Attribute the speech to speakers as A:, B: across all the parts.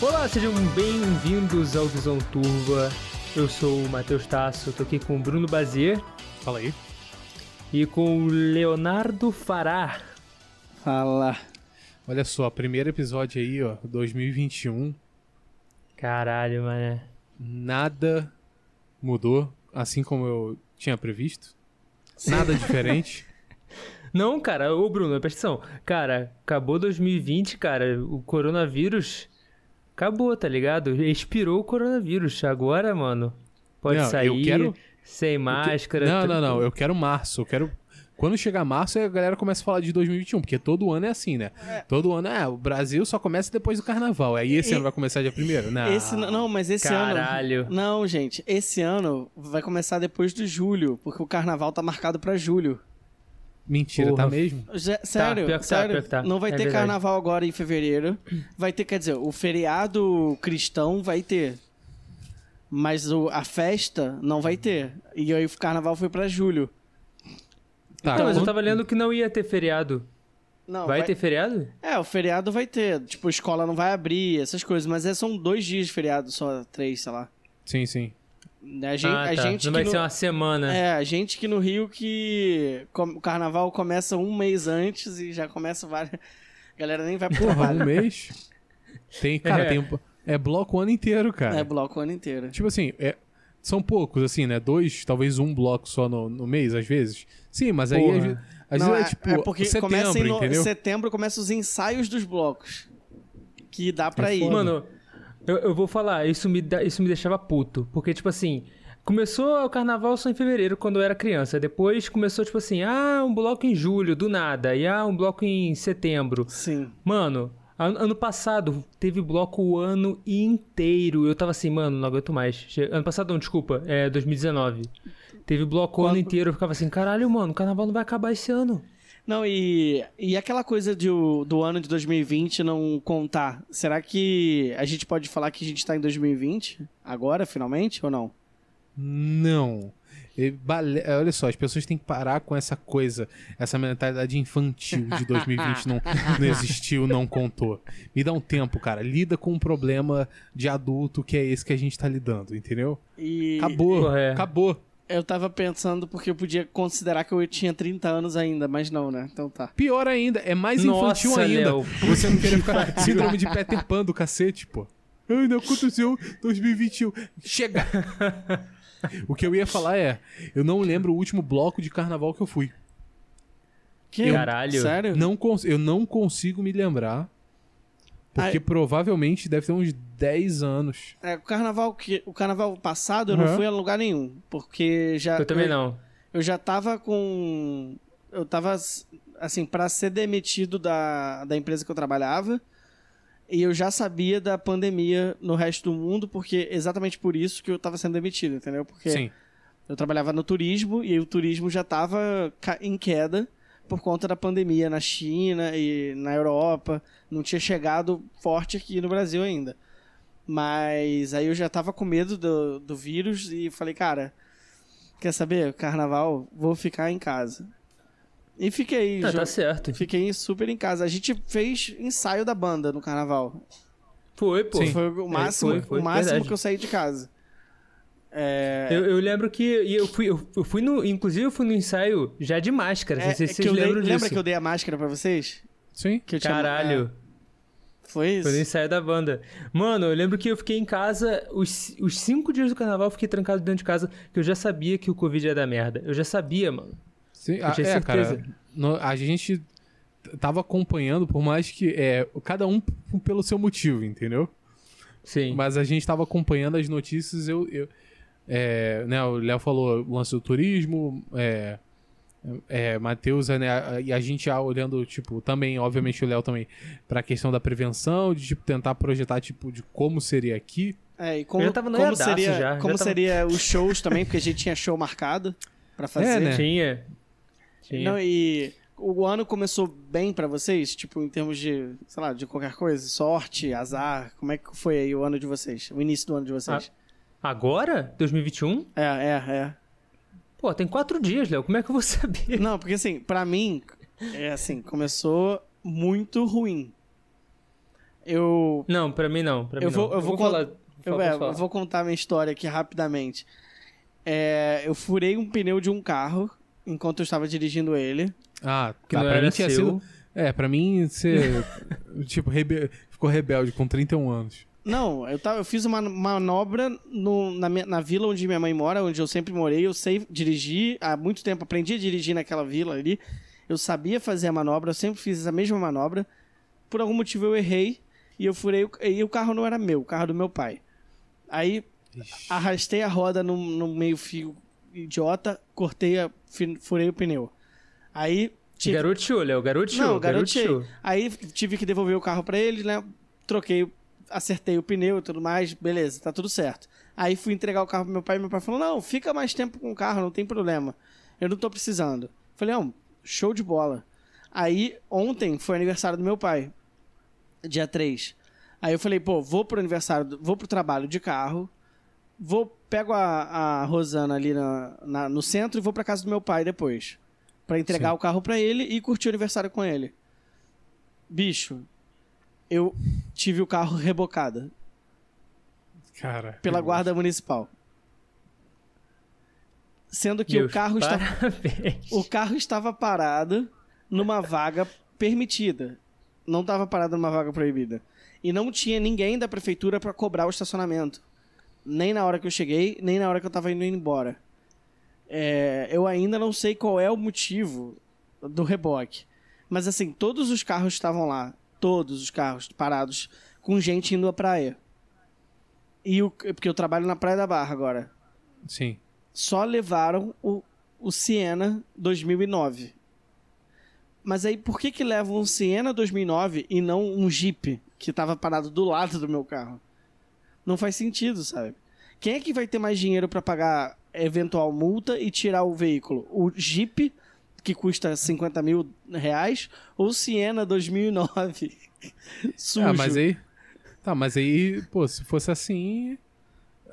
A: Olá, sejam bem-vindos ao Visão Turva. Eu sou o Matheus Tasso, tô aqui com o Bruno Bazier
B: Fala aí.
A: e com o Leonardo Fará.
C: Fala.
B: Olha só, primeiro episódio aí, ó, 2021.
A: Caralho, mané.
B: Nada mudou, assim como eu tinha previsto. Nada diferente.
A: Não, cara, ô Bruno, presta atenção. Cara, acabou 2020, cara, o coronavírus acabou, tá ligado? Expirou o coronavírus. Agora, mano, pode
B: Não, eu
A: sair
B: quero-
A: sem máscara. tá
B: não,
A: tra-
B: não, não. Eu quero março. Eu quero. Quando chegar março, a galera começa a falar de 2021, porque todo ano é assim, né? Todo ano é, o Brasil só começa depois do carnaval. Aí esse
C: E-
B: ano vai começar dia primeiro? Não.
C: Esse n- não, mas esse
A: Ah, Caralho.
C: ano. Não, gente, esse ano vai começar depois de julho, porque o carnaval tá marcado pra julho.
B: Mentira,
A: Porra.
B: tá mesmo?
C: Já- sério?
A: pior que tá,
C: sério.
A: pior que tá.
C: Não vai
A: É
C: ter
A: verdade.
C: carnaval agora em fevereiro. Vai ter, quer dizer, o feriado cristão vai ter. Mas o- a festa não vai ter. E aí o carnaval foi pra julho.
B: Tá,
A: Não, Então, mas eu
B: quando-
A: tava lendo que não ia ter feriado.
C: Não,
A: Vai ter feriado?
C: É, o feriado vai ter. Tipo, a escola não vai abrir, essas coisas. Mas é, são dois dias de feriado, só três, sei lá.
B: Sim, sim.
C: A gente,
A: ah, tá.
C: a gente
A: não vai
C: que não-
A: ser uma semana.
C: É, a gente que no Rio que com- o carnaval começa um mês antes e já começa várias. A galera nem vai pro
B: Porra, um
C: trabalho.
B: mês. Tem, cara,
A: É.
B: tem um. É bloco o ano inteiro, cara.
C: É bloco o ano inteiro.
B: Tipo assim, é- são poucos, assim, né? Dois, talvez um bloco só no, no mês, às vezes. Sim, mas aí
A: Porra.
B: às, ve- às
C: Não,
B: vezes é, tipo setembro,
C: começa em no-
B: entendeu?
C: setembro começa os ensaios dos blocos. Que dá pra
B: É
C: ir.
B: foda.
A: Mano, eu, eu vou falar, isso me, dá- isso me deixava puto. Porque, tipo assim, começou o carnaval só em fevereiro, quando eu era criança. Depois começou, tipo assim, ah, um bloco em julho, do nada. E ah, um bloco em setembro.
C: Sim.
A: Mano, an- ano passado teve bloco o ano inteiro. Eu tava assim, mano, não aguento mais. Che- Ano passado não, desculpa, é 2019. Teve bloco o ano
C: Quando-
A: inteiro. Eu ficava assim, caralho, mano, o carnaval não vai acabar esse ano.
C: Não, e, e aquela coisa de, o- do ano de 2020 não contar. Será que a gente pode falar que a gente tá em 2020? Agora, finalmente, ou não?
B: Não. E bale- Olha só, as pessoas têm que parar com essa coisa, essa mentalidade infantil de 2020 não, não existiu, não contou. Me dá um tempo, cara. Lida com um problema de adulto que é esse que a gente tá lidando, entendeu?
C: E.
B: Acabou,
A: Porra, é.
B: acabou.
C: Eu tava pensando porque eu podia considerar que eu tinha 30 anos ainda, mas não, né? Então tá.
B: Pior ainda, é mais
A: Nossa,
B: infantil ainda.
A: Léo.
B: Você não queria ficar síndrome de Peter Pan do cacete, pô. Ainda aconteceu 2021. Chega! o que eu ia falar é, eu não lembro o último bloco de carnaval que eu fui.
C: Que?
A: Caralho.
C: Sério?
B: Não cons- eu não consigo me lembrar. Porque
C: Ai.
B: provavelmente deve ter uns 10 anos.
C: É, o carnaval que o carnaval passado eu não
B: Uhum.
C: fui a lugar nenhum, porque já
A: Eu também não.
C: Eu já tava com eu tava assim pra ser demitido da, da empresa que eu trabalhava. E eu já sabia da pandemia no resto do mundo, porque exatamente por isso que eu tava sendo demitido, entendeu? Porque
B: Sim.
C: Eu trabalhava no turismo e aí o turismo já estava em queda por conta da pandemia na China e na Europa. Não tinha chegado forte aqui no Brasil ainda. Mas aí eu já estava com medo do, do vírus e falei, cara, quer saber? Carnaval, vou ficar em casa. E
B: É,
C: fiquei.
A: Tá,
C: jo-
A: tá certo.
C: Fiquei super em casa. A gente fez ensaio da banda no carnaval.
A: Foi, pô.
B: Sim.
C: Foi o máximo,
A: É, foi, foi,
C: o máximo
A: verdade.
C: que eu saí de casa. É,
A: Eu, eu lembro que e eu fui, eu eu fui no, inclusive eu fui no ensaio já de máscara.
C: É,
A: não sei se
C: é que
A: vocês
C: eu dei-
A: lembram disso.
C: Lembra que eu dei a máscara pra vocês?
B: Sim.
C: Que eu tinha-
A: Caralho,
C: é, foi isso?
A: foi no ensaio da banda. Mano, eu lembro que eu fiquei em casa, os, os cinco dias do carnaval eu fiquei trancado dentro de casa, que eu já sabia que o Covid ia dar merda. Eu já sabia, mano.
B: Sim, ah,
A: tinha
B: é,
A: certeza.
B: cara. no- a gente t- tava acompanhando, por mais que. É, cada um p- pelo seu motivo, entendeu?
A: Sim.
B: Mas a gente tava acompanhando as notícias, eu. eu- é, né, o Léo falou o lance do turismo, é, é, Matheus, né, a- e a gente já olhando, tipo, também, obviamente o Léo também, pra questão da prevenção, de tipo, tentar projetar, tipo, de como seria aqui.
C: É, e como,
A: Eu já tava
C: como
A: noiadaço
C: seria,
A: já, já
C: como
A: tava-
C: seria os shows também, porque a gente tinha show marcado pra fazer.
B: É, né?
A: Tinha. Tinha.
C: Não, e o ano começou bem pra vocês, tipo, em termos de, sei lá, de qualquer coisa, sorte, azar, como é que foi aí o ano de vocês, o início do ano de vocês?
A: Ah. Agora, 2021?
C: É, é,
A: Pô, tem quatro dias, Léo. Como é que eu vou
C: é.
A: saber?
C: Não, porque assim, pra mim, é assim, começou muito ruim. Eu
A: Não, pra mim não. Pra
C: Eu
A: mim
C: vou-
A: não.
C: eu vou con-
A: falar.
C: Eu,
A: fala,
C: é,
A: pode falar.
C: eu vou contar minha história aqui rapidamente. É, eu furei um pneu de um carro enquanto eu estava dirigindo ele.
B: Ah,
A: Que
B: tá,
A: não
B: pra
A: era
B: mim tinha
A: seu.
B: sido. É, pra mim você. tipo, rebe- ficou rebelde com 31 anos.
C: Não, eu, tava, eu fiz uma manobra no- na, minha- na vila onde minha mãe mora, onde eu sempre morei. Eu sei dirigir há muito tempo, aprendi a dirigir naquela vila ali. Eu sabia fazer a manobra, eu sempre fiz a mesma manobra. Por algum motivo eu errei e eu furei. o- E o carro não era meu, o carro era do meu pai. Aí arrastei a roda no, no meio-fio idiota, cortei, a, fi- furei o pneu. Aí tive
A: Garoteou, Léo, garoteou.
C: não, garoteei.
A: garoteou.
C: Aí tive que devolver o carro pra ele, né? Troquei, acertei o pneu e tudo mais, beleza, tá tudo certo. Aí fui entregar o carro pro meu pai, e meu pai falou: "Não, fica mais tempo com o carro, não tem problema. Eu não tô precisando". Falei: "Não, show de bola". Aí ontem foi aniversário do meu pai. Dia 3. Aí eu falei: "Pô, vou pro aniversário, do- vou pro trabalho de carro, vou pego a, a Rosana ali na- na- no centro e vou pra casa do meu pai depois Pra entregar
B: Sim.
C: o carro pra ele e curtir o aniversário com ele. Bicho, eu tive o carro rebocado
B: Cara.
C: pela
B: eu-
C: guarda municipal. Sendo que
A: Meus
C: o carro estava
A: parabéns.
C: o carro estava parado numa vaga permitida. Não estava parado numa vaga proibida. E não tinha ninguém da prefeitura para cobrar o estacionamento. Nem na hora que eu cheguei, nem na hora que eu estava indo embora. É, eu ainda não sei qual é o motivo do reboque. Mas assim, todos os carros estavam lá. Todos os carros parados. Com gente indo à praia. E o, porque eu trabalho na Praia da Barra agora
B: Sim.
C: só levaram o, o Siena 2009. Mas aí, por que que levam um Siena 2009 e não um Jeep que tava parado do lado do meu carro? Não faz sentido, sabe? Quem é que vai ter mais dinheiro para pagar eventual multa e tirar o veículo? O Jeep, que custa 50 mil reais, ou o Siena 2009? Sujo.
B: Ah, mas aí. Tá, mas aí, pô, se fosse assim.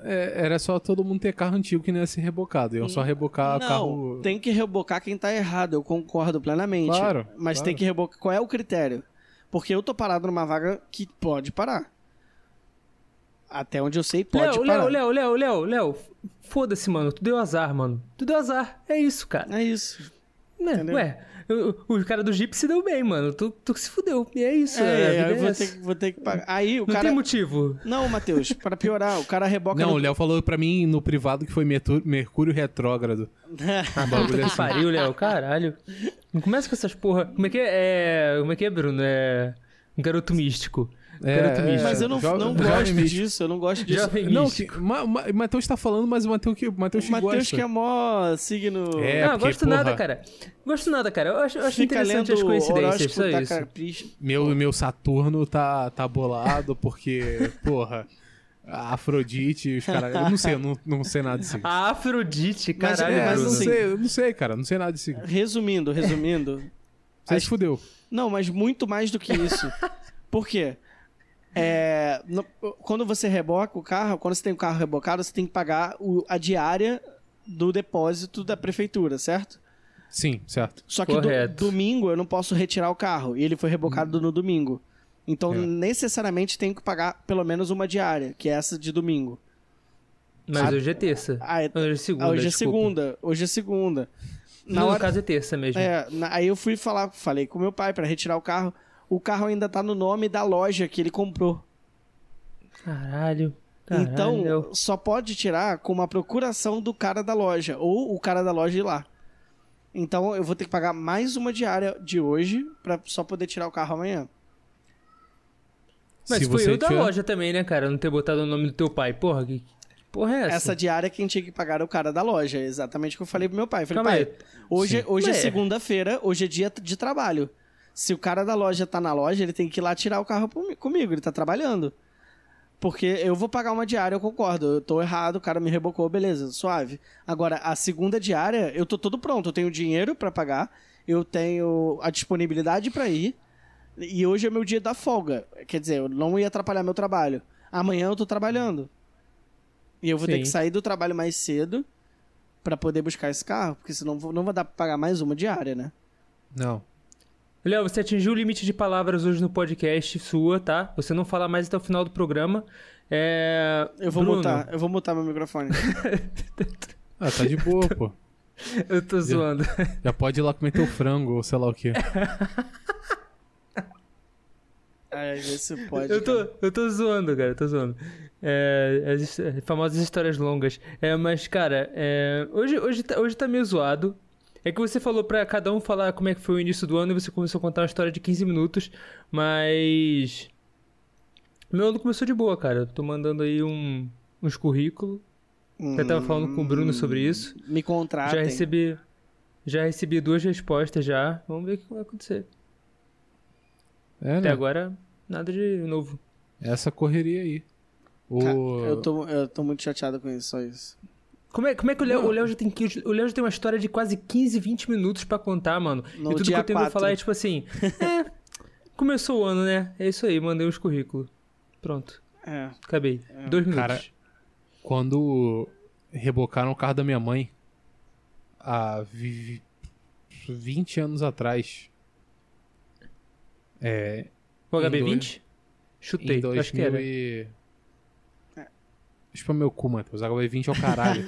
B: é, era só todo mundo ter carro antigo que não ia ser rebocado. Iam só rebocar
C: Hum, não,
B: carro.
C: tem que rebocar quem tá errado, eu concordo plenamente.
B: Claro,
C: Mas
B: claro.
C: tem que rebocar. Qual é o critério? Porque eu tô parado numa vaga que pode parar. Até onde eu sei, pode
A: Léo,
C: parar.
A: Léo, Léo, Léo, Léo, Léo. Foda-se, mano. Tu deu azar, mano. Tu deu azar. É isso, cara.
C: É isso.
A: Né?
C: Entendeu?
A: Ué, o, o cara do Jeep se deu bem, mano. Tu, tu que se fudeu. E é isso, é, a
C: É,
A: vida
C: eu
A: é
C: vou
A: essa.
C: ter, que- vou ter que pagar. Aí o
A: Não
C: cara. é-
A: tem motivo.
C: Não, Matheus, para piorar, o cara reboca.
B: Não, o
C: no...
B: Léo falou pra mim no privado que foi Mertu- Mercúrio Retrógrado.
A: Ah, bagulho
B: assim.
A: que pariu, Léo. Caralho. Não começa com essas porra. Como é que é? é- Como é que é, Bruno? É. um Garoto místico.
B: É,
A: garoto
B: é.
A: místico.
C: Mas eu não,
B: Jo-
C: não
B: jovem
C: gosto
B: místico.
C: disso, eu não gosto disso.
A: Jovem
B: Não,
A: místico.
B: que, Ma- Ma- Matheus tá falando, mas o Matheus que, Matheus
C: O
B: que
C: Matheus
B: gosta.
C: que é mó signo.
B: É,
A: não,
B: porque,
A: gosto nada,
B: porra.
A: cara. Gosto nada, cara. Eu acho, eu acho
C: Fica
A: interessante
C: lendo
A: as coincidências,
C: horóscopo
A: só
C: da
A: isso.
C: Capricho.
B: Meu, meu Saturno tá, tá bolado porque, porra, a Afrodite, os caras. Eu não sei, eu não, não sei nada disso.
A: A Afrodite,
C: Mas-
A: caralho,
B: é,
C: mas
B: eu
A: Bruno.
B: não
C: assim-
B: sei, eu não sei, cara, não sei nada disso.
C: Resumindo, resumindo.
B: Você
C: As-
B: se fudeu.
C: Não, mas muito mais do que isso. Por quê? É, no- quando você reboca o carro, quando você tem o carro rebocado, você tem que pagar o- a diária do depósito da prefeitura, certo?
B: Sim, certo.
C: Só que do-
A: Correto.
C: domingo eu não posso retirar o carro e ele foi rebocado no domingo. Então,
B: É.
C: necessariamente tenho que pagar pelo menos uma diária, que é essa de domingo.
A: Mas hoje é terça.
C: Ah, é-
A: Hoje é
C: Ah,
A: segunda.
C: hoje é
A: desculpa.
C: segunda, hoje é segunda. Na
A: Não,
C: hora-
A: No caso é terça mesmo.
C: É, na- aí eu fui falar, falei com meu pai pra retirar o carro. O carro ainda tá no nome da loja que ele comprou.
A: Caralho. caralho.
C: Então,
A: Léo.
C: só pode tirar com uma procuração do cara da loja, ou o cara da loja ir lá. Então, eu vou ter que pagar mais uma diária de hoje pra só poder tirar o carro amanhã.
A: Mas
B: Se
A: foi
B: você
A: eu da
B: tiver-
A: loja também, né, cara? Não ter botado o nome do teu pai. Porra, que que porra é essa?
C: Essa diária quem tinha que pagar era o cara da loja, é exatamente o que eu falei pro meu pai. Eu Falei,
A: Calma aí.
C: pai, hoje,
B: Sim.
C: hoje é
A: Ué.
C: segunda-feira, hoje é dia de trabalho. Se o cara da loja tá na loja, ele tem que ir lá tirar o carro comi- comigo, ele tá trabalhando. Porque eu vou pagar uma diária, eu concordo. Eu tô errado, o cara me rebocou, beleza, suave. Agora, a segunda diária, eu tô todo pronto. Eu tenho dinheiro pra pagar, eu tenho a disponibilidade pra ir. E hoje é meu dia da folga. Quer dizer, eu não ia atrapalhar meu trabalho. Amanhã eu tô trabalhando. E eu vou ter
A: Sim.
C: que sair do trabalho mais cedo pra poder buscar esse carro, porque senão vou- não vai dar pra pagar mais uma diária, né?
B: Não.
A: Léo, você atingiu o limite de palavras hoje no podcast sua, tá? Você não fala mais até o final do programa. É...
C: Eu vou
A: Bruno,
C: mutar, eu vou mutar meu microfone.
B: Ah, tá de boa, pô.
A: Eu tô zoando.
B: Já pode ir lá comer teu frango ou sei lá o quê.
C: Ai, vê se pode.
A: Eu
C: cara.
A: tô, eu tô zoando, cara, eu tô zoando. É, as his- famosas histórias longas. É, mas, cara, é, hoje, hoje, tá- hoje tá meio zoado. É que você falou pra cada um falar como é que foi o início do ano e você começou a contar uma história de 15 minutos, mas. Meu ano começou de boa, cara. Eu tô mandando aí um, uns currículos. Eu tava falando com o Bruno sobre isso.
C: Hum, Me contratem.
A: Já recebi. Já recebi duas respostas já. Vamos ver o que vai acontecer.
B: É,
A: Até
B: né?
A: agora, nada de novo.
B: Essa correria aí. O...
C: Ca- Eu, tô, eu tô muito chateado com isso, só isso.
A: Como é, como é que o Léo, o Léo já tem que- o Léo já tem uma história de quase 15, 20 minutos pra contar, mano.
C: No
A: e tudo
C: dia
A: que eu tenho pra
C: quatro.
A: falar é tipo assim, é, começou o ano, né? É isso aí, mandei uns currículos. Pronto,
C: É.
A: acabei. Dois minutos.
B: Cara, Quando rebocaram o carro da minha mãe há vi- vi- 20 anos atrás. É,
A: o
B: em
A: HB20?
B: em
A: Chutei, acho que
B: 2000
A: era.
B: e... Chupa meu cu, Matheus. HB20 é o caralho.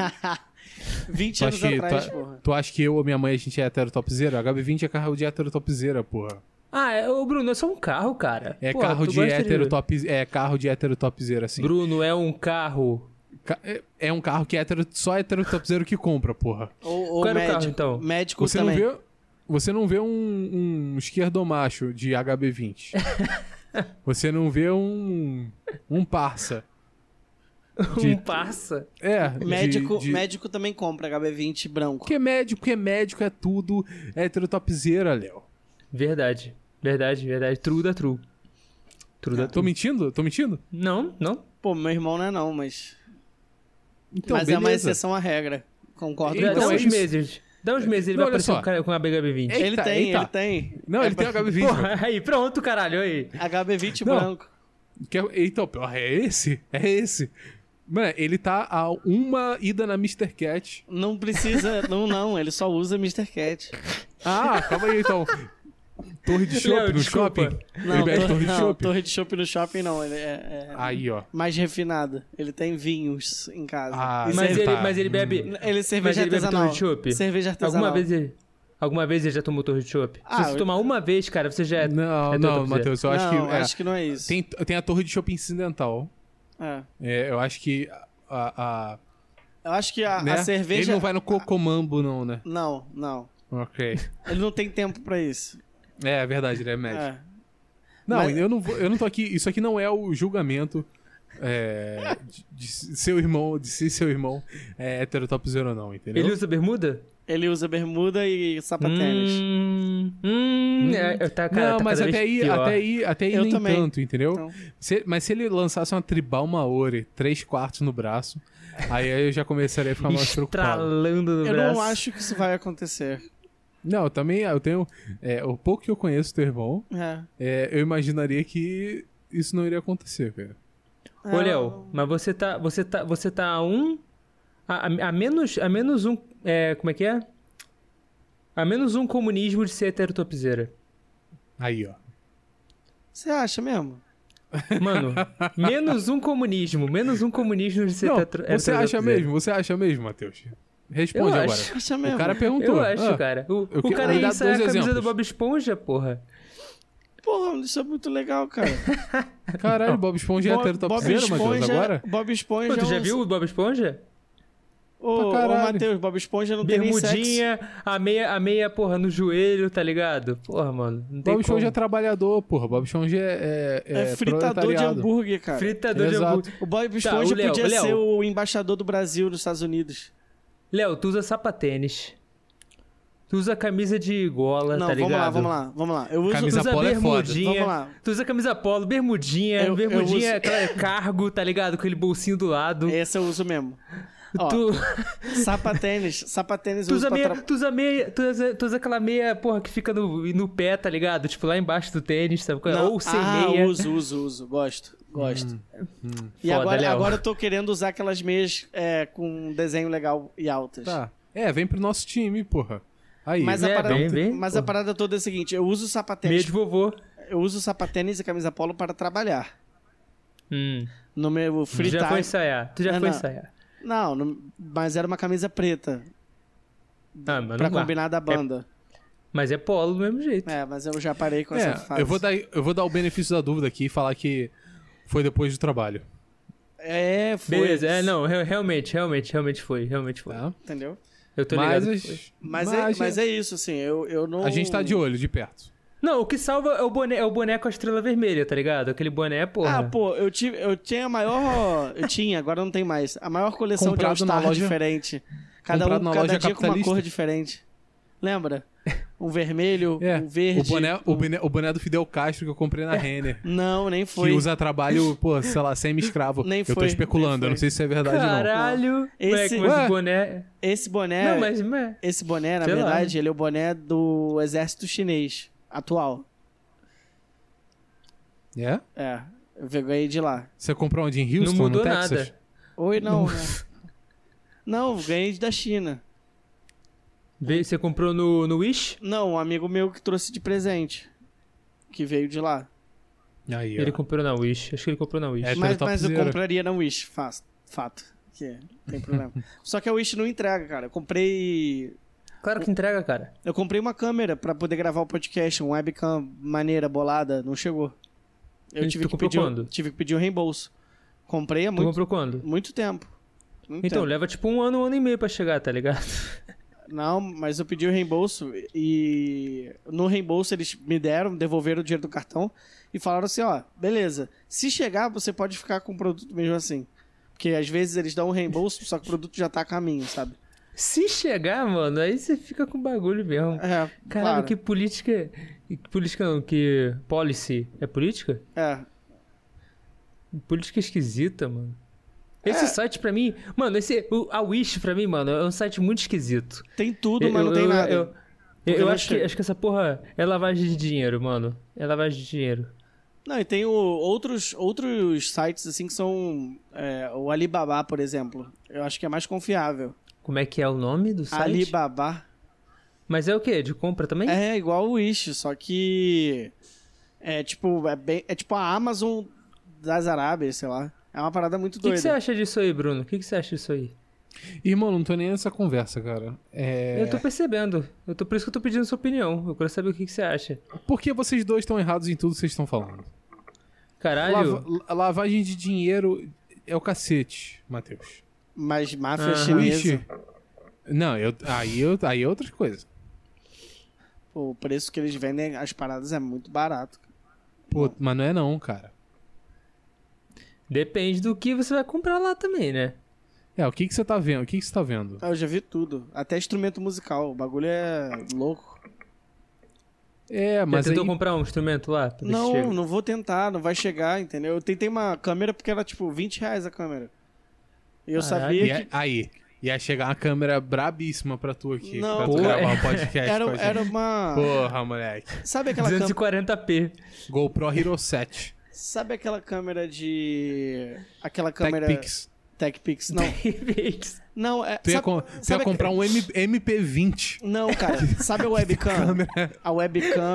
C: 20
B: Tu
C: anos
B: acha
A: tá?
B: que-
C: atrás,
B: tu-
C: porra.
B: tu acha que eu ou minha mãe a gente é hetero topzera? HB20 é carro de hetero topzera, porra.
A: Ah, é, ô Bruno, é só um carro, cara.
B: É
A: Pô,
B: carro
A: tu
B: de
A: gosta
B: hétero top, é carro de hétero topzera, assim.
A: Bruno, é um carro.
B: Ca- é- É um carro que hétero, só hétero topzera que compra, porra.
C: Ou,
A: Qual
C: ou
A: era o carro,
C: médico,
A: então?
C: médico
B: Você não
C: também.
B: vê, você não vê um, um esquerdomacho de HB20. você não vê um um parça. De-
A: Um passa.
B: É, de-
C: médico,
B: de-
C: médico também compra HB20 branco.
B: Porque é médico, porque médico é tudo hétero topzera, Léo.
A: Verdade, verdade, verdade. True da true. True
C: Tá.
A: da
B: Tô
A: true.
B: mentindo? Tô mentindo?
A: Não, não.
C: Pô, meu irmão não é não, mas...
B: Então,
C: mas é uma
B: beleza.
C: exceção à regra. Concordo
A: Dá-
B: Então
A: dá
B: é
A: uns
B: isso.
A: meses. Dá uns meses, ele
B: Não,
A: vai
B: olha
A: aparecer
B: só.
A: um cara com HB20.
B: É
C: Ele
B: Eita,
C: tem,
B: eita.
C: ele tem.
B: Não, ele tem HB20. mano.
A: Porra, aí, pronto, caralho, aí.
C: HB20
B: Não.
C: branco.
B: Que é- então, pior, é esse? É esse. Mano, ele tá a uma ida na Mr. Cat.
C: Não precisa... não, não. Ele só usa Mr. Cat.
B: Ah, calma aí então. Torre de shopping no
A: desculpa.
B: shopping? ele
C: Não,
B: bebe
C: torre,
B: torre de Ah.
C: não,
B: shopping?
C: torre de shopping no shopping não. Ele é, é
B: Aí, ó.
C: mais refinado. Ele tem vinhos em casa.
B: Ah,
C: E
A: Mas,
B: Sim,
A: ele,
B: tá.
A: mas ele bebe.
C: Ele é
A: Mas
C: cerveja
A: ele bebe
C: artesanal.
A: torre de chopp?
C: Cerveja artesanal.
A: Alguma vez ele. Alguma vez ele já tomou torre de chopp?
C: Ah,
A: Se você
C: eu-
A: tomar uma vez, cara, você já é.
B: Não,
A: é torre
B: não,
A: de chopp.
B: Matheus, eu acho
C: não,
B: que. é,
C: acho que não é isso.
B: tem, tem a torre de shopping incidental.
C: É.
B: É, eu acho que a. a- a-
C: Eu acho que a,
B: né?
C: a cerveja...
B: Ele não vai no Cocomambo, não, né?
C: Não, não.
B: Ok.
C: Ele não tem tempo pra isso.
B: É, é verdade, ele é médico.
C: É.
B: Não,
C: Mas-
B: eu, não vou, eu não tô aqui. Isso aqui não é o julgamento é, de, de seu irmão, de se seu irmão é heterotop zero ou não, entendeu?
A: Ele usa bermuda?
C: Ele usa bermuda e sapatênis.
A: Hum. Hum. é, tá, cara,
B: não,
A: tá
B: mas
A: cada
B: até
A: vez
B: aí,
A: pior.
B: até aí, até aí
C: Eu
B: nem
C: também.
B: tanto, entendeu?
C: Então.
B: Se- mas se ele lançasse uma tribal Maori, três quartos no braço, aí eu já começaria a ficar Tá mais preocupado.
A: Estralando no
C: Eu
A: braço.
C: não acho que isso vai acontecer.
B: Não, eu também eu tenho. é, o pouco que eu conheço do teu irmão,
C: É.
B: é, eu imaginaria que isso não iria acontecer, cara.
C: É.
A: Ô, Léo,
C: um-
A: mas você tá. Você tá. Você tá a um. A, a- a menos. A menos um. É, como é que é? A menos um comunismo de ser heterotopzeira.
B: Aí, ó.
C: Você acha mesmo?
A: Mano, menos um comunismo. Menos um comunismo de ser
B: Não,
A: tetro-
B: você acha
A: heterotopzeira.
B: mesmo? Você acha mesmo, Matheus? Responde
A: é Eu
B: agora.
A: acho.
C: Acha
B: O
C: mesmo?
B: cara perguntou.
A: Eu acho,
B: Ah,
A: cara. O,
B: eu
A: o
B: que-
A: cara
B: eu ia dar
A: aí sai a
B: dois
A: camisa
B: exemplos.
A: do Bob Esponja, porra.
C: Porra, isso é muito legal, cara.
B: Caralho, Bob Esponja é
C: Bo-
B: hétero top zero, Matheus, agora?
C: Bob Esponja.
A: Pô, tu
C: é
A: já
C: um-
A: viu o Bob Esponja?
C: Ô, ô
B: Pra caralho.
C: Matheus, Bob Esponja não tem nem sexo.
A: Bermudinha, a meia, a meia, porra, no joelho, tá ligado? Porra, mano, não tem como.
B: Bob Esponja é trabalhador, porra. Bob Esponja é. É,
C: É, fritador de
B: proletariado.
C: hambúrguer, cara.
A: Fritador de
B: Exato.
A: hambúrguer.
C: O Bob
A: Tá,
C: Esponja
A: o Léo,
C: podia
A: o Léo.
C: ser o embaixador do Brasil nos Estados Unidos.
A: Léo, tu usa sapatênis. Tu usa camisa de gola,
C: não,
A: tá
C: vamos
A: ligado?
C: lá, vamos lá, vamos lá. Eu uso.
A: Tu
B: Camisa
A: usa
B: polo é foda.
A: bermudinha,
C: Vamos lá.
A: tu usa camisa polo, bermudinha,
C: Eu- eu
A: bermudinha,
C: uso-
A: aquela cargo, tá ligado? Com aquele bolsinho do lado.
C: Esse eu uso mesmo. É, Ó,
A: tu,
C: sapatênis. Sapatênis
A: tu
C: eu uso
A: usa
C: pra
A: meia,
C: tra-
A: tu usa meia, tu usa, tu usa aquela meia, porra, que fica no, no pé, tá ligado? Tipo, lá embaixo do tênis, sabe? qual é?
C: Não,
A: Ou sem
C: ah,
A: meia.
C: uso, uso, uso. Gosto, gosto.
B: Hum,
C: e
A: Foda,
C: agora,
A: Léo.
C: agora eu tô querendo usar aquelas meias é, com desenho legal e altas.
B: Tá. É, vem pro nosso time, porra. Aí,
C: Mas,
A: É,
C: a parada,
A: bem, bem,
C: mas
A: pô.
C: a parada toda é a seguinte: eu uso
A: Meia
C: sapatênis,
A: de vovô.
C: eu uso sapatênis e camisa polo para trabalhar.
A: Hum.
C: No meu
A: Tu
C: free
A: já foi assim?
C: time.
A: ensaiar. Tu já
C: Não,
A: foi
C: Ah, não.
A: ensaiar.
C: Não, não- mas era uma camisa preta
A: Ah, mas
C: para
A: não dá.
C: combinar da banda.
A: Mas é polo do mesmo jeito.
C: É. mas eu já parei com
B: É,
C: essa fase.
B: eu vou, dar, eu vou dar o benefício da dúvida aqui e falar que foi depois do trabalho.
C: É, foi.
A: Beleza, é, não, re- realmente, realmente, realmente foi, realmente foi.
B: Tá?
C: Entendeu?
A: Eu tô
B: Mas,
A: ligado. que foi.
B: mas,
C: Mas, é, mas um- é isso, assim, eu, eu não...
B: a gente tá de olho, de perto.
A: Não, o que salva é o boné, é o boné com a estrela vermelha, tá ligado? Aquele boné, porra.
C: Ah, pô, eu, tive, eu tinha a maior... eu tinha, agora não tem mais. A maior coleção
B: Comprado
C: de
B: na
C: All-Star
B: loja-
C: diferente. Cada
B: comprado
C: um,
B: na
C: cada
B: loja
C: dia com uma
B: capitalista.
C: cor diferente. Lembra? Um vermelho,
B: É,
C: um verde...
B: o, boné,
C: um-
B: o, boné, o boné do Fidel Castro que eu comprei na Renner.
C: Não, nem foi.
B: Que usa trabalho, pô, sei lá, semi-escravo.
C: Nem
B: eu tô
C: foi,
B: especulando,
C: nem
B: eu não
C: foi.
B: sei se é verdade ou não.
A: Caralho.
C: Esse-
A: Ué, é
C: É.
A: mas
B: Ué.
A: o boné...
C: Esse boné...
A: Não, mas... mas-
C: Esse boné, na
A: Sei lá.
C: verdade, ele é o boné do exército chinês atual.
B: É?
C: É, eu ganhei de lá.
B: Você comprou onde? Em Houston,
A: Não mudou
B: no Texas?
A: nada.
C: Oi, não. né? Não, ganhei da China.
A: Vê- Você comprou no, no Wish?
C: Não, um amigo meu que trouxe de presente. Que veio de lá.
B: Aí, ó.
A: Ele comprou na Wish. Acho que ele comprou na Wish.
B: É,
C: mas,
B: tá
C: mas eu
B: topzera.
C: compraria na Wish, fa- fato. Que é, não tem problema. Só que a Wish não entrega, cara. Eu comprei.
A: É, Claro que entrega, cara.
C: Eu comprei uma câmera pra poder gravar o podcast, um webcam maneira, bolada, não chegou. Eu
A: E
C: tive
A: tu
C: que,
A: comprou
C: pedir, um-
A: quando?
C: tive que pedir um reembolso. Comprei há
A: Tu
C: muito, Então.
A: comprou quando?
C: muito tempo. Muito
A: Então,
C: tempo.
A: leva tipo um ano, um ano e meio pra chegar, tá ligado?
C: Não, mas eu pedi o reembolso e no reembolso eles me deram, devolveram o dinheiro do cartão e falaram assim, ó, beleza, se chegar você pode ficar com o produto mesmo assim. Porque às vezes eles dão um reembolso, só que o produto já tá a caminho, sabe?
A: Se chegar, mano, aí você fica com bagulho mesmo.
C: É,
A: Caralho,
C: claro.
A: que política. que Política não, que. Policy. É política?
C: É,
A: Política esquisita, mano. Esse
C: É.
A: site pra mim. Mano, esse. o- a Wish pra mim, mano, é um site muito esquisito.
C: tem tudo,
A: Eu-
C: mas não tem
A: eu-
C: nada. é
A: Eu, eu,
C: não
A: acho, que,
C: chega.
A: acho que essa porra é lavagem de dinheiro, mano. É lavagem de dinheiro.
C: Não, e tem o- outros, outros sites assim que são é, o Alibaba, por exemplo. Eu acho que é mais confiável.
A: Como é que é o nome do site?
C: Alibaba.
A: Mas é o quê? De compra também?
C: É igual o Wish, só que é tipo é, bem, é tipo a Amazon das Arábias, sei lá. É uma parada muito
A: O que, que
C: doida.
A: você acha disso aí, Bruno? O que, que você acha disso aí?
B: Irmão, não tô nem nessa conversa, cara. É...
A: Eu tô percebendo. Eu tô, por isso que eu tô pedindo sua opinião. Eu quero saber o que, que você acha.
B: Por que vocês dois estão errados em tudo que vocês estão falando?
A: Caralho.
B: Lava- la- Lavagem de dinheiro é o cacete, Matheus.
C: Mas máfia
A: Aham.
C: chinesa,
B: Wish. Não, eu, aí, eu, aí é outra coisa.
C: pô, o preço que eles vendem as paradas é muito barato.
B: Pô, mas não é não, cara.
A: Depende do que você vai comprar lá também, né?
B: É, o que que você tá vendo? O que que você tá vendo?
C: Ah, Eu já vi tudo, até instrumento musical, o bagulho é louco.
B: É,
A: Mas
B: mas
A: já
B: aí...
A: tentou comprar um instrumento lá?
B: Tá
A: pra ver se
C: não, é
A: chega?
C: não vou tentar, não vai chegar, entendeu? Eu tentei uma câmera porque era tipo 20 reais a câmera. E eu
A: Caraca.
C: sabia
B: E
C: que
B: é- aí, ia chegar uma câmera brabíssima pra tu aqui,
C: Não. é,
B: pra tu
A: Pô,
B: gravar o podcast
C: era,
B: com a gente.
C: era uma.
B: Porra, moleque.
C: Sabe aquela câmera?
A: 240p.
B: GoPro Hero 7.
C: Sabe aquela câmera de. Aquela câmera.
B: TechPix.
C: TechPix, não. Não, é.
B: Tu ia,
C: sabe-
B: com- tu ia
C: sabe a-
B: comprar um M- MP20.
C: Não, cara. Sabe a webcam? A webcam.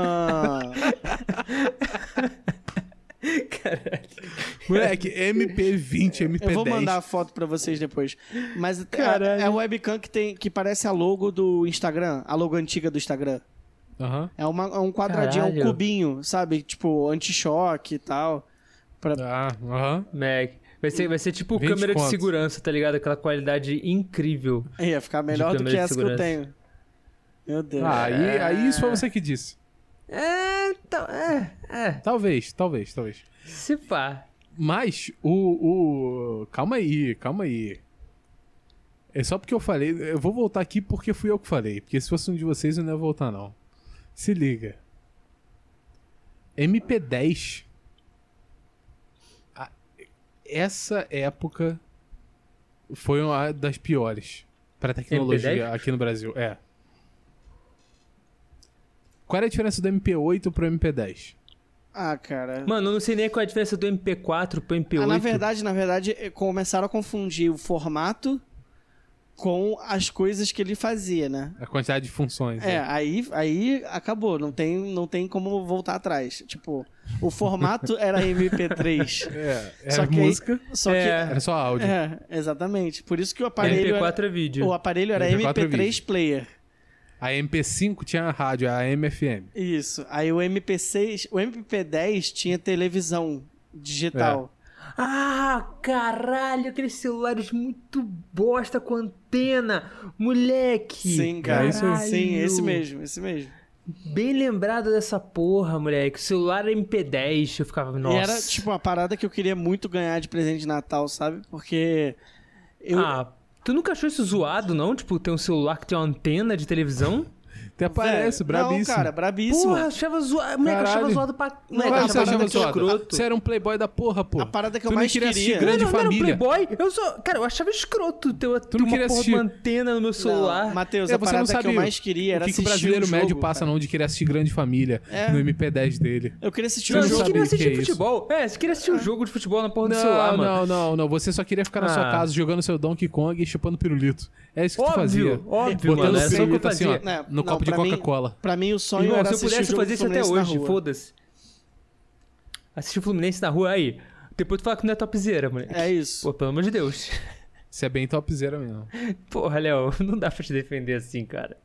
B: Moleque, MP20, MP10.
C: Eu vou mandar a foto pra vocês depois. Mas é-
A: Caralho.
C: é a webcam que, tem, que parece a logo do Instagram, a logo antiga do Instagram.
B: Aham.
C: É, uma, é um quadradinho, é um
A: Caralho.
C: cubinho, sabe? Tipo, anti-choque e tal.
B: Ah, aham.
A: Mac. Vai ser, vai ser tipo
B: 20
A: câmera
B: conto.
A: de segurança, tá ligado? Aquela qualidade incrível.
C: Ia ficar melhor
A: De
C: do que
A: câmera de
C: essa que eu
A: segurança.
C: tenho. Meu Deus.
B: Ah, aí, aí isso foi você que disse.
A: É, então, é, é.
B: Talvez, talvez, talvez.
A: Se pá.
B: Mas o, o- Calma aí, calma aí. É só porque eu falei. Eu vou voltar aqui porque fui eu que falei. Porque se fosse um de vocês, eu não ia voltar, não. Se liga. MP10. A- essa época foi uma das piores pra tecnologia
A: MP10?
B: aqui no Brasil. É. Qual era a diferença do MP8 pro MP10?
C: Ah, cara.
A: Mano, eu não sei nem qual é a diferença do MP4 pro MP8.
C: Ah, na verdade, na verdade, eh, começaram a confundir o formato com as coisas que ele fazia, né?
B: A quantidade de funções.
C: É,
B: né?
C: aí, aí acabou, não tem, não tem como voltar atrás. Tipo, o formato era MP3.
B: É, era
C: Só que aí-
B: música,
C: Só
A: É.
B: era só áudio.
C: É, exatamente. Por isso que o aparelho era,
A: MP4 é vídeo.
C: o aparelho era
B: MP4 é
C: MP3
B: vídeo.
C: player.
B: A MP5 tinha a rádio, é a MFM.
C: Isso. Aí o MP6, o MP10 tinha televisão digital.
B: É.
A: Ah, caralho, aqueles celulares muito bosta com antena. Moleque.
C: Sim, cara.
B: É isso aí.
C: Sim, esse
A: Caralho.
C: mesmo, esse mesmo.
A: Bem lembrado dessa porra, moleque. O celular MP10, eu ficava, nossa.
C: E era tipo uma parada que eu queria muito ganhar de presente de Natal, sabe? Porque eu
A: Ah, tu nunca achou isso zoado, não? Tipo, ter um celular que tem uma antena de televisão?
B: Até parece,
C: Velho,
B: brabíssimo.
C: Não, cara, brabíssimo.
A: Porra, achava zoado. Moleque, eu achava
B: Caralho.
A: zoado pra.
C: Não,
A: Moleque, eu
C: mas
B: Ah, você
C: a
A: achava
C: parada
B: achava
A: muito
C: que eu-
B: zoado.
A: escroto.
B: Você era um playboy da porra, pô.
C: a parada que
B: tu
C: eu
B: nem
C: mais
B: queria
C: queria.
B: assistir grande
A: eu não era um
B: família.
A: playboy? Eu sou. Cara, eu achava escroto ter uma, ter
B: não
A: uma
B: queria
A: porra de
B: assistir.
A: uma antena no meu celular.
C: Matheus,
B: É,
C: a
B: você não
C: parada que eu
B: sabia
C: mais queria
B: o que,
C: era
B: que
C: assistir
B: o brasileiro
C: um
B: médio
C: jogo,
B: passa
C: cara.
B: não de querer assistir Grande Família
C: É.
B: no MP10 dele?
C: Eu queria assistir
A: não,
C: um
B: não
A: você
C: jogo.
B: sabia
A: queria assistir
B: o que é isso.
A: futebol. É, você queria assistir
B: Ah.
A: um jogo de futebol na porra do
B: não,
A: celular, mano.
B: não, não, não. Você só queria ficar na sua
A: Ah.
B: casa jogando seu Donkey Kong e chupando pirulito. É isso que tu fazia.
A: Óbvio, óbvio,
B: Botando
A: mano. Era só o que eu
B: pirulito assim,
A: fazia.
B: ó,
C: Não,
B: no
C: não,
B: copo de
C: pra mim-
B: Coca-cola.
C: Pra mim, o sonho
A: Irmão,
C: era
A: se eu
C: assistir o
A: pudesse
C: jogo
A: fazer
C: do
A: isso até
C: Fluminense na
A: hoje,
C: rua.
A: foda-se. Assistir o Fluminense na rua aí. Depois tu fala que não é topzera, moleque.
C: É isso.
A: Pô, pelo amor de Deus.
B: Isso é bem topzera mesmo.
A: Porra, Léo, não dá pra te defender assim, cara.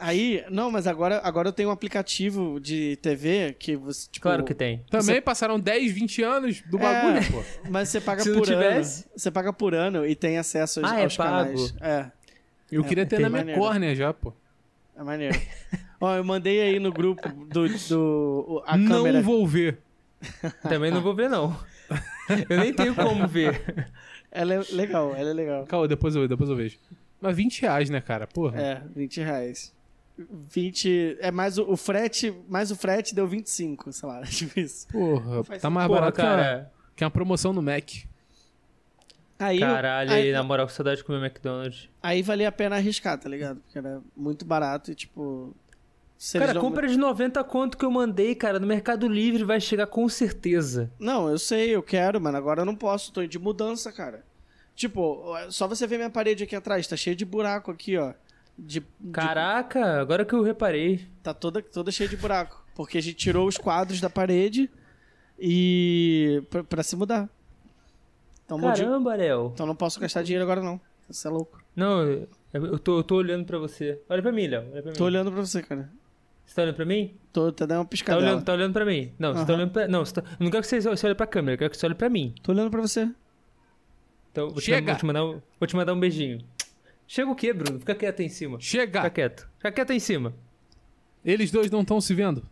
C: Aí, não, mas agora, agora eu tenho um aplicativo de TV que você, tipo,
A: Claro que tem.
B: Também passaram 10, 20 anos
C: É.
B: do bagulho, pô.
C: mas você paga
A: Se não
C: por
A: tivesse-
C: ano. Você paga por ano e tem acesso aos,
A: Ah, é
C: aos canais.
A: pago?
C: É,
B: Eu
C: É,
B: queria ter na minha
C: maneiro.
B: córnea já, pô.
C: é maneiro. Ó, eu mandei aí no grupo do, do o- a
B: não
C: câmera.
B: vou ver.
A: Também não vou ver, não. Eu nem tenho como ver.
C: Ela é legal, ela é legal.
B: Calma, depois eu, depois eu vejo. Mas 20 reais, né, cara? Porra.
C: É, 20 reais. 20. É mais o, o frete. Mais o frete deu 25, sei lá, tipo isso.
B: Porra,
C: Faz
B: tá mais
A: Porra,
B: barato que uma-
A: cara.
B: que uma promoção no Mac.
C: Aí,
A: Caralho,
C: aí,
A: aí, na moral, com saudade de comer McDonald's.
C: aí valia a pena arriscar, tá ligado? Porque era muito barato e, tipo. se eles
A: Cara,
C: não-
A: compra de 90 conto que eu mandei, cara, no Mercado Livre vai chegar com certeza.
C: Não, eu sei, eu quero, mano. Agora eu não posso, tô de mudança, cara. Tipo, só você ver minha parede aqui atrás, tá cheia de buraco aqui, ó. De, de-
A: Caraca, agora que eu reparei.
C: tá toda, toda cheia de buraco. Porque a gente tirou os quadros da parede e. pra, pra se mudar. Então, modi-
A: Caramba, Léo.
C: Então não posso gastar dinheiro agora, não. Você é louco.
A: Não, eu- eu tô, eu tô olhando pra você. Olha pra mim, Léo. Olha pra mim.
C: Tô olhando pra você, cara.
A: Você tá olhando pra mim?
C: Tô até dando uma
A: Tá
C: piscadela.
A: olhando, tá olhando pra mim. Não, você tá
C: Aham.
A: olhando pra. Não, você tá- eu não quero que você, você olhe pra câmera, eu quero que você olhe pra mim.
C: Tô olhando pra você.
A: Então, vou te,
B: Chega!
A: vou te mandar um, vou te mandar um beijinho. Chega o quê, Bruno? Fica quieto aí em cima. Fica
B: Chega!
A: quieto. Fica quieto aí em cima.
B: Eles dois não estão se vendo.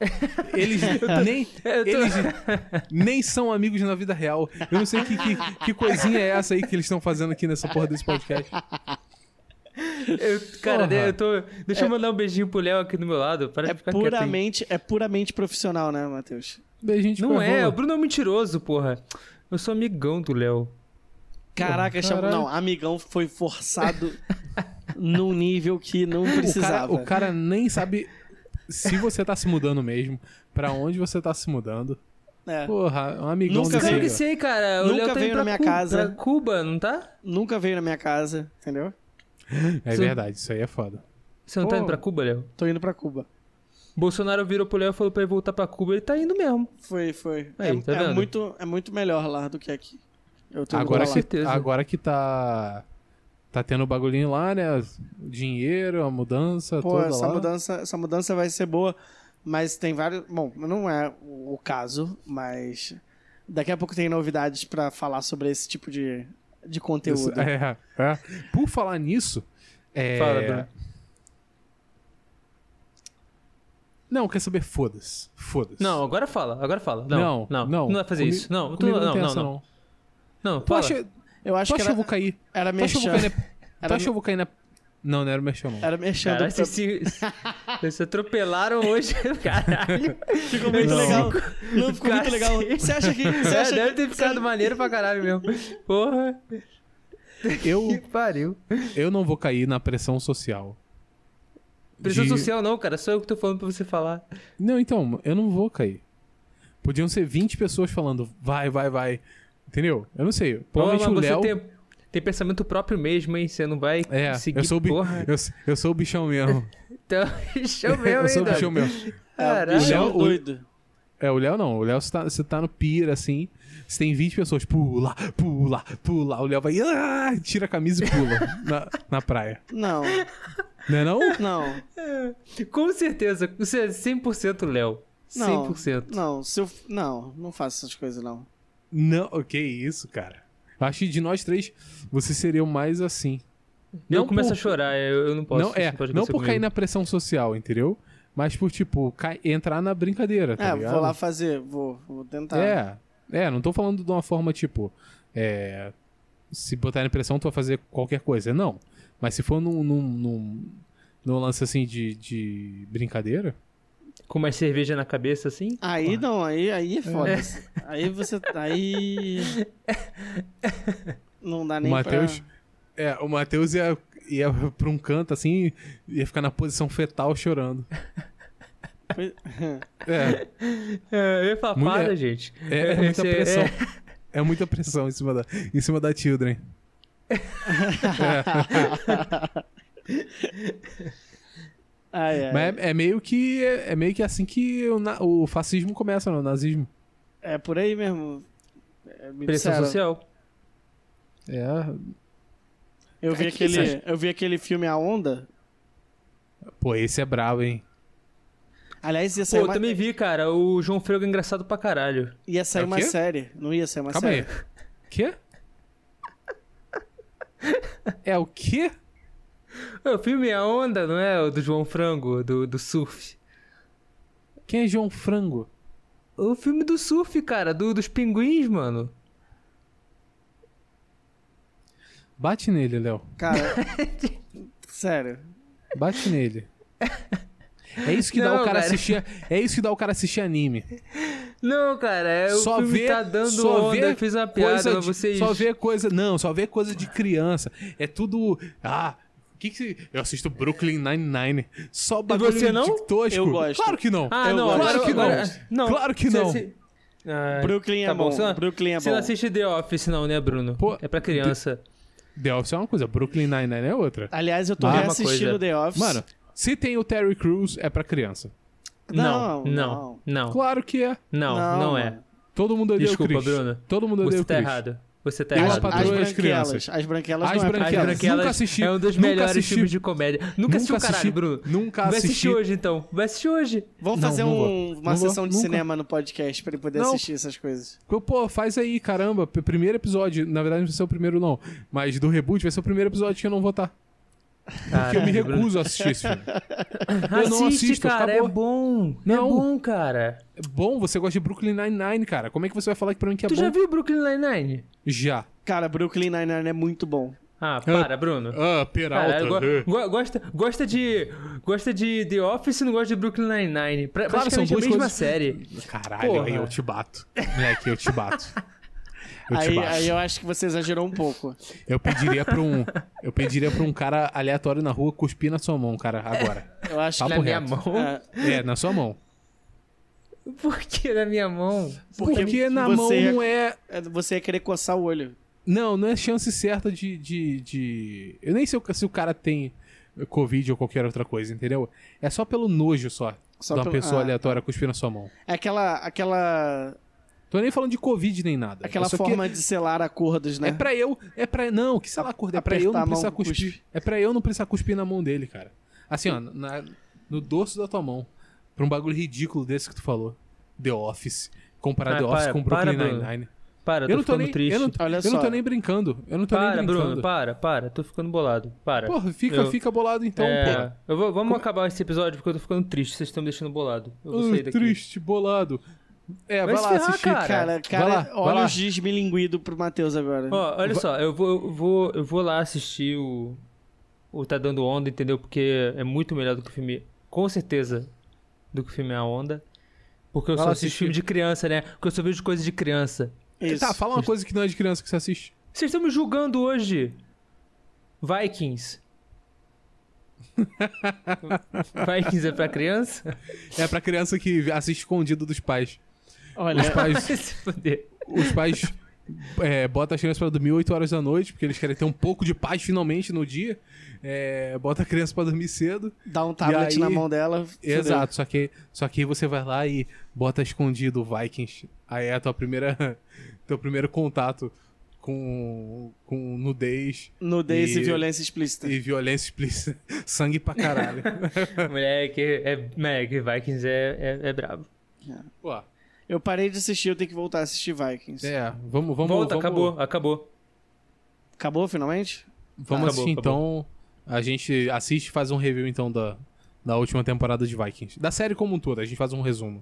B: Eles nem,
A: Eu tô-
B: eles nem são amigos na vida real. Eu não sei que, que, que coisinha é essa aí que eles estão fazendo aqui nessa porra desse podcast.
A: Eu- cara,
B: Porra.
A: eu tô. Deixa eu mandar um beijinho pro Léo aqui do meu lado. Para
C: É
A: de ficar quieto aí.
C: puramente, é puramente profissional, né, Matheus?
B: Daí a gente
A: Não
B: vai
A: é, o
B: rolar.
A: Bruno é um mentiroso, porra. Eu sou amigão do Léo.
C: Caraca, chama...
B: caralho.
C: não, amigão foi forçado num nível que não
B: o
C: precisava.
B: cara, o cara nem sabe se você tá se mudando mesmo, pra onde você tá se mudando.
C: É.
B: Porra, um amigão
C: Nunca
B: desse
A: Claro
C: veio.
B: aí,
A: que
B: ó.
A: sei, cara. O
C: Nunca
A: Léo tá
C: veio
A: indo
C: na
A: pra
C: minha
A: Cuba,
C: casa.
A: pra Cuba, não tá?
C: Nunca veio na minha casa, entendeu?
B: É verdade, isso aí é foda.
A: Você não tá
C: Pô.
A: indo pra Cuba, Léo?
C: Tô indo pra Cuba.
A: Bolsonaro virou pro Léo e falou pra ele voltar pra Cuba. Ele tá indo mesmo.
C: Foi, foi.
A: Aí,
C: é,
A: tá
C: é
A: vendo?
C: muito, é muito melhor lá do que aqui. Eu tô indo
B: Agora
C: pra lá.
B: que,
A: certeza.
B: agora que tá. Tá tendo o bagulhinho lá, né? Dinheiro, a mudança,
C: Pô,
B: toda
C: essa
B: lá.
C: mudança, essa mudança vai ser boa, mas tem vários. Bom, não é o o caso, mas daqui a pouco tem novidades pra falar sobre esse tipo de, de
B: Isso,
C: conteúdo.
B: é, é. Por falar nisso. é,
A: Fala, Bruno.
B: Não, quer saber? Foda-se. Foda-se.
A: Não, agora fala, agora fala. Não,
B: não,
A: não, não, vai fazer
B: Comi-
A: isso. Não, tu-
B: comigo
A: não,
B: tem
A: não,
B: essa,
A: não. Não,
B: Tu
A: fala.
B: acha, tu
C: Eu
B: acha
C: acho que
B: que eu vou
C: era,
B: cair?
C: era
B: Tu acha que eu vou cair na.
C: merchan.
B: Tu
C: Era,
B: acha que eu vou cair na. Não, não era o merchan, não.
C: era merchan
A: Caralho,
C: do
A: vocês se, vocês se atropelaram hoje, caralho.
C: Ficou muito
B: Não.
C: legal. Não, ficou muito
A: Cacete.
C: legal. Você acha que. Você
A: É,
C: acha
A: deve
C: que-
A: ter ficado maneiro pra caralho mesmo. Porra, que
B: Eu,
A: pariu.
B: eu não vou cair na pressão social.
A: Pressão
B: De-
A: social não, cara, só eu que tô falando pra você falar.
B: Não, então, eu não vou cair. Podiam ser 20 pessoas falando, vai, vai, vai. Entendeu? Eu não sei.
A: Porra, mas
B: Provavelmente o
A: você
B: Léo.
A: tem, tem pensamento próprio mesmo, hein? Você não vai
B: É,
A: seguir
B: eu sou, o bi-
A: porra.
B: eu, eu sou o bichão mesmo.
A: Então, bichão mesmo,
B: eu
A: hein,
B: sou o
A: Doug?
B: bichão mesmo.
C: Ah,
A: Caralho.
B: Léo-
C: Bichão
B: o-
C: um doido.
B: É, o Léo não. O Léo, você tá, você tá no pira, assim. Você tem 20 pessoas. Pula, pula, pula. O Léo vai. "Ah", tira a camisa e pula na, na praia.
C: Não,
B: Não é não?
C: não,
A: Com certeza, você é 100% Léo.
C: não.
A: 100%.
C: Não, se eu, não, não faço essas coisas, não.
B: Não, que isso, cara. Acho que de nós três, você seria o mais assim.
A: Eu
B: Não
A: começo
B: por-
A: a chorar, eu, eu não posso.
B: não é,
A: isso pode
B: não
A: acontecer
B: por cair
A: comigo.
B: na pressão social, entendeu? Mas por, tipo, cai- entrar na brincadeira, tá
C: é,
B: ligado?
C: vou lá fazer, vou, vou tentar.
B: É, é, não tô falando de uma forma, tipo, é, se botar na pressão, tu vai fazer qualquer coisa. Não. Mas se for num, num, num, num lance assim de, de brincadeira,
A: Com mais cerveja na cabeça, assim?
C: Aí não, aí, aí é foda. Aí você, aí não dá Ah, nem
B: o Matheus.
C: pra...
B: É, o Matheus ia, ia pra um canto assim, ia ficar na posição fetal chorando.
C: Pois-
B: É,
A: É, eu ia falar,
B: Mulher.
A: para, gente.
B: é, é muita
A: Esse é-
B: pressão. É muita pressão em cima da, em cima da Children. É.
C: Ai, ai.
B: Mas é, é meio que é meio que assim que o, na- o fascismo começa, né? o nazismo.
C: É por aí mesmo. É, me
A: Pressão
C: disseram.
A: social.
B: É,
C: Eu vi,
B: É que isso,
C: aquele, eu vi aquele filme A Onda.
B: pô, esse é brabo, hein?
C: Aliás, ia
A: Pô,
C: sair,
A: eu
C: uma,
A: também vi, cara, o João Frego é engraçado pra caralho.
C: ia sair
B: É o
C: uma
B: quê?
C: série. Não ia sair uma
B: Calma
C: série.
B: aí. Quê? É o quê?
A: É, O filme A Onda, não é? O do João Frango, do, do surf.
B: Quem é João Frango?
A: O filme do surf, cara, do, dos pinguins, mano.
B: Bate nele, Léo.
C: Cara, sério.
B: Bate nele. É isso que dá
A: Não,
B: o cara
A: cara.
B: assistir. É isso que dá o cara assistir anime.
A: Não, cara, é, o
B: só
A: filme
B: vê,
A: tá dando
B: só
A: onda,
B: vê
A: eu fiz uma piada
B: coisa
A: pra
B: de-
A: vocês.
B: Só vê coisa, não, só vê coisa de criança. É tudo, ah, que que se- eu assisto Brooklyn Nine-Nine. Só bagulho
A: você não?
B: de tosco.
C: Eu gosto.
B: Claro que não.
A: Ah,
C: Eu
A: não,
C: gosto.
A: agora,
B: Claro que não.
A: agora- é. não.
B: Claro que
A: Você-
B: não.
A: você- Ah,
C: Brooklyn é
A: tá
C: bom.
A: Você não,
C: Brooklyn é
A: você
C: bom.
A: não assiste The Office, não, né, Bruno?
B: Pô,
A: é pra criança.
B: The Office é uma coisa, Brooklyn Nine-Nine é outra.
C: Aliás, eu tô
B: Ah, uma
A: coisa.
C: reassistindo The Office.
B: Mano, se tem o Terry Crews é pra criança.
A: Não, não,
C: não,
A: não, não,
B: Claro que é.
A: não, é.
C: mano.
B: Todo mundo odeia
A: Desculpa,
B: o Chris.
A: Bruno.
B: Todo mundo odeia
A: Você
B: o
A: tá
B: Chris.
A: errado. Você tá
B: Eu
C: As,
B: Ela
A: errado.
C: as
B: patroa e as
C: branquelas.
B: crianças.
C: As branquelas
B: As
C: não é pra
A: As
B: branquelas.
C: criança.
A: Branquelas
B: Nunca assisti,
A: é um dos
B: nunca
A: melhores
B: assisti.
A: filmes de comédia. Nunca, assistiu o caralho,
B: Nunca assisti.
A: Bruno.
B: Nunca
A: Vai
B: assisti.
A: assistir hoje, então. Vai assistir hoje.
C: Vamos
B: Não,
C: fazer
B: não
C: um-
B: vou.
C: uma
B: Não vou,
C: sessão de
B: nunca.
C: cinema no podcast pra ele poder
B: Não.
C: assistir essas coisas.
B: Pô, faz aí, caramba. p- Primeiro episódio. Na verdade, não vai ser o primeiro, não. Mas do reboot vai ser o primeiro episódio que eu não vou estar. Porque eu me
A: Caralho, Bruno.
B: recuso a assistir esse filme. eu não
A: Assiste,
B: assisto,
A: cara.
B: acabou.
A: É bom.
B: Não.
A: É bom, cara.
B: É bom, você gosta de Brooklyn Nine-Nine, cara. Como é que você vai falar que pra mim que é
A: tu
B: bom?
A: já viu Brooklyn Nine-Nine?
B: Já.
C: Cara, Brooklyn Nine-Nine é muito bom.
A: Ah, para, Bruno.
B: Ah, Peralta.
A: Caralho, go-
B: eh.
A: go- gosta, gosta de gosta de The Office e não gosta de Brooklyn Nine-Nine. Pra,
B: Claro, são
A: praticamente é
B: duas
A: a mesma
B: coisas-
A: série.
B: Caralho,
A: Porra.
B: aí eu te bato. Moleque, eu te bato. Eu te
C: Aí,
B: bato.
C: aí eu acho que você exagerou um pouco.
B: Eu pediria pra um. Eu pediria pra um cara aleatório na rua cuspir na sua mão, cara, agora.
C: Eu acho
B: Papo
A: Na minha
B: reto.
A: mão?
C: É,
B: É, na sua mão.
A: Por que na minha mão?
B: Porque, na
C: você
B: mão
C: ia-
B: não é.
C: é, você ia querer coçar o olho.
B: Não, não é chance certa de. de, de- Eu nem sei o- se o cara tem Covid ou qualquer outra coisa, entendeu? É só pelo nojo só.
C: Só
B: de uma
C: pelo-
B: pessoa
C: ah,
B: aleatória cuspir na sua mão.
C: É aquela, aquela,
B: Tô nem falando de Covid nem nada.
C: aquela
B: Eu só que-
C: forma de selar acordos, né?
B: É pra eu, é pra. Não, que sei lá, curta, é pra eu
C: Apertar
B: não
C: a mão,
B: precisar cuspir.
C: cuspe.
B: É pra eu não precisar cuspir na mão dele, cara. Assim, ó, na- no dorso da tua mão. Pra um bagulho ridículo desse que tu falou. The Office. Comparar
A: Ah,
B: The Office
A: para-
B: com Brooklyn
A: para, Bruno.
B: Nine-Nine.
A: Para, eu tô,
B: Eu não tô
A: ficando
B: nem.
A: triste.
B: Eu não,
C: Olha
B: eu não tô
C: só.
B: nem brincando. Eu não tô
A: Para,
B: nem
A: Bruno,
B: brincando.
A: para, para. Tô ficando bolado. Para.
B: Porra, fica,
A: Eu-
B: fica bolado então,
A: é,
B: porra.
A: eu vou- vamos acabar esse episódio porque eu tô ficando triste. Vocês estão me deixando bolado. Eu vou sair
B: Ah,
A: daqui.
B: triste, bolado. É,
A: Vai
B: vai, lá
A: se ferrar,
B: assistir.
A: cara.
C: Cara,
B: Vai
C: cara,
B: lá, vai
C: olha
B: lá.
C: o giz milinguido pro Matheus agora.
A: Ó, olha só, eu vou, eu vou, eu vou lá assistir o, o Tá Dando Onda, entendeu? Porque é muito melhor do que o filme, com certeza, do que o filme A Onda. Porque eu
B: Vai
A: só
B: lá
A: assisto
B: assistir.
A: filme de criança, né? Porque eu só vejo coisa de criança.
C: Isso.
B: Tá, fala uma coisa que não é de criança que você assiste.
A: Vocês estão me julgando hoje. Vikings. Vikings é pra criança?
B: É pra criança que assiste escondido dos pais.
C: Olha,
B: Os pais
A: Vai se fuder.
B: os pais é, bota as crianças pra dormir 8 horas da noite, porque eles querem ter um pouco de paz finalmente no dia. É, bota a criança pra dormir cedo.
C: Dá um tablet
B: aí-
C: na mão dela. fudeu.
B: Exato, só que, só que aí você vai lá e bota escondido o Vikings. Aí é a tua primeira, teu primeiro contato com, com nudez
C: Nudez e,
B: E-
C: violência explícita.
B: e violência explícita. Sangue pra caralho.
A: Moleque, é, moleque, Vikings é, é, é brabo.
B: Pô,
C: Eu parei de assistir, eu tenho que voltar a assistir Vikings.
B: é, vamos, vamos,
A: Volta,
B: vamos,
A: acabou, acabou.
C: Acabou finalmente?
A: Acabou,
B: Vamos assistir
A: acabou.
B: então. A gente assiste e faz um review então da, da última temporada de Vikings. Da série como um todo, a gente faz um resumo.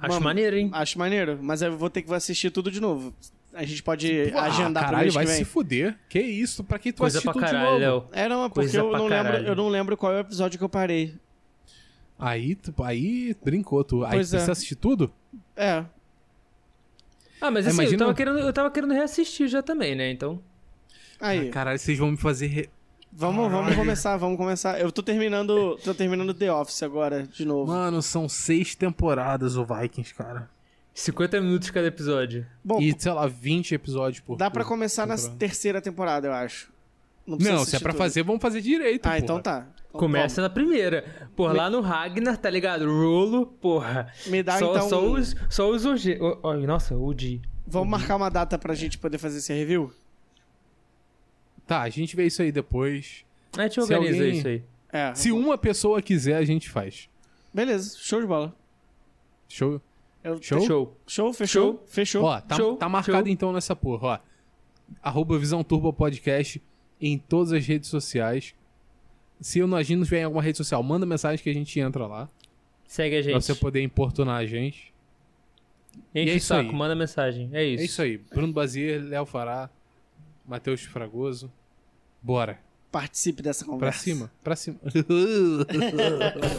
A: Acho
C: Mano,
A: maneiro, hein?
C: Acho maneiro, mas eu vou ter que assistir tudo de novo. A gente pode agendar
B: ah,
C: pro
B: caralho,
C: mês
B: vai
C: que vem.
B: se fuder. Que isso? Pra que tu
A: Coisa pra
B: assistiu tudo
A: caralho,
B: de novo?
A: Léo.
C: É, não, é porque
A: Coisa
C: eu
A: pra
C: não, lembro,
A: caralho.
C: eu não lembro qual é o episódio que eu parei.
B: Aí, tu- aí brincou tu. Aí
C: Pois é.
B: precisa assistir tudo?
C: É,
A: Ah, mas assim,
B: Imagina-
A: eu, tava querendo, eu tava querendo reassistir já também, né? Então.
C: aí.
B: Ah, caralho, vocês vão me fazer. re-
C: Vamos, vamos começar, vamos começar. Eu tô terminando, tô terminando The Office agora, de novo.
B: Mano, são seis temporadas o Vikings, cara.
A: 50 minutos cada episódio.
C: Bom,
B: E, sei lá, 20 episódios por.
C: dá pra
B: por
C: começar na
B: temporada.
C: terceira temporada, eu acho. precisa
B: Não, se é
C: assistir
B: pra
C: tudo.
B: fazer, vamos fazer direito.
C: Ah,
B: porra.
C: então tá. Então
A: Começa na primeira. Porra, lá no Ragnar, tá ligado? Rolo, porra.
C: vamos. Me dá
A: só,
C: então.
A: só
C: um-
A: os, só os OG. o- o- nossa, o de.
C: Vamos marcar uma data pra gente poder fazer esse review?
B: Tá, a gente vê isso aí depois.
A: A gente
B: Se
A: organiza
B: alguém-
A: isso aí.
C: É.
B: Se um- uma pessoa quiser, a gente faz.
C: Beleza, show de bola.
B: Show?
C: Eu-
B: Show?
A: Show.
C: Show, fechou? Fechou.
B: Ó, tá,
A: show,
B: tá marcado
A: show.
B: então nessa porra, ó. Arroba Visão Turbo Podcast em todas as redes sociais. Se eu não agir, não tiver em alguma rede social, manda mensagem que a gente entra lá.
A: Segue a
B: Pra
A: gente.
B: você poder importunar a gente.
A: Enche
B: e é
A: o
B: isso
A: saco,
B: aí.
A: manda mensagem. É isso.
B: É isso aí. Bruno Bazier, Léo Fará, Matheus Fragoso. Bora.
C: Participe dessa conversa.
B: Pra cima. Pra cima.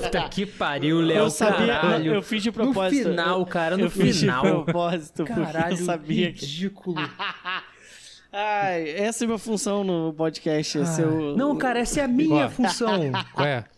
A: Puta que pariu, Léo.
C: eu sabia,
A: Caralho.
C: eu fiz de propósito.
A: No
C: né?
A: final, cara,
C: eu,
A: no
C: eu fiz de
A: final.
C: propósito, porque
A: Caralho,
C: eu sabia que...
A: ridículo.
C: Ai, essa é a minha função no podcast. é ser o-
A: Não, cara, essa é a minha
B: Ó.
A: função.
B: Qual é?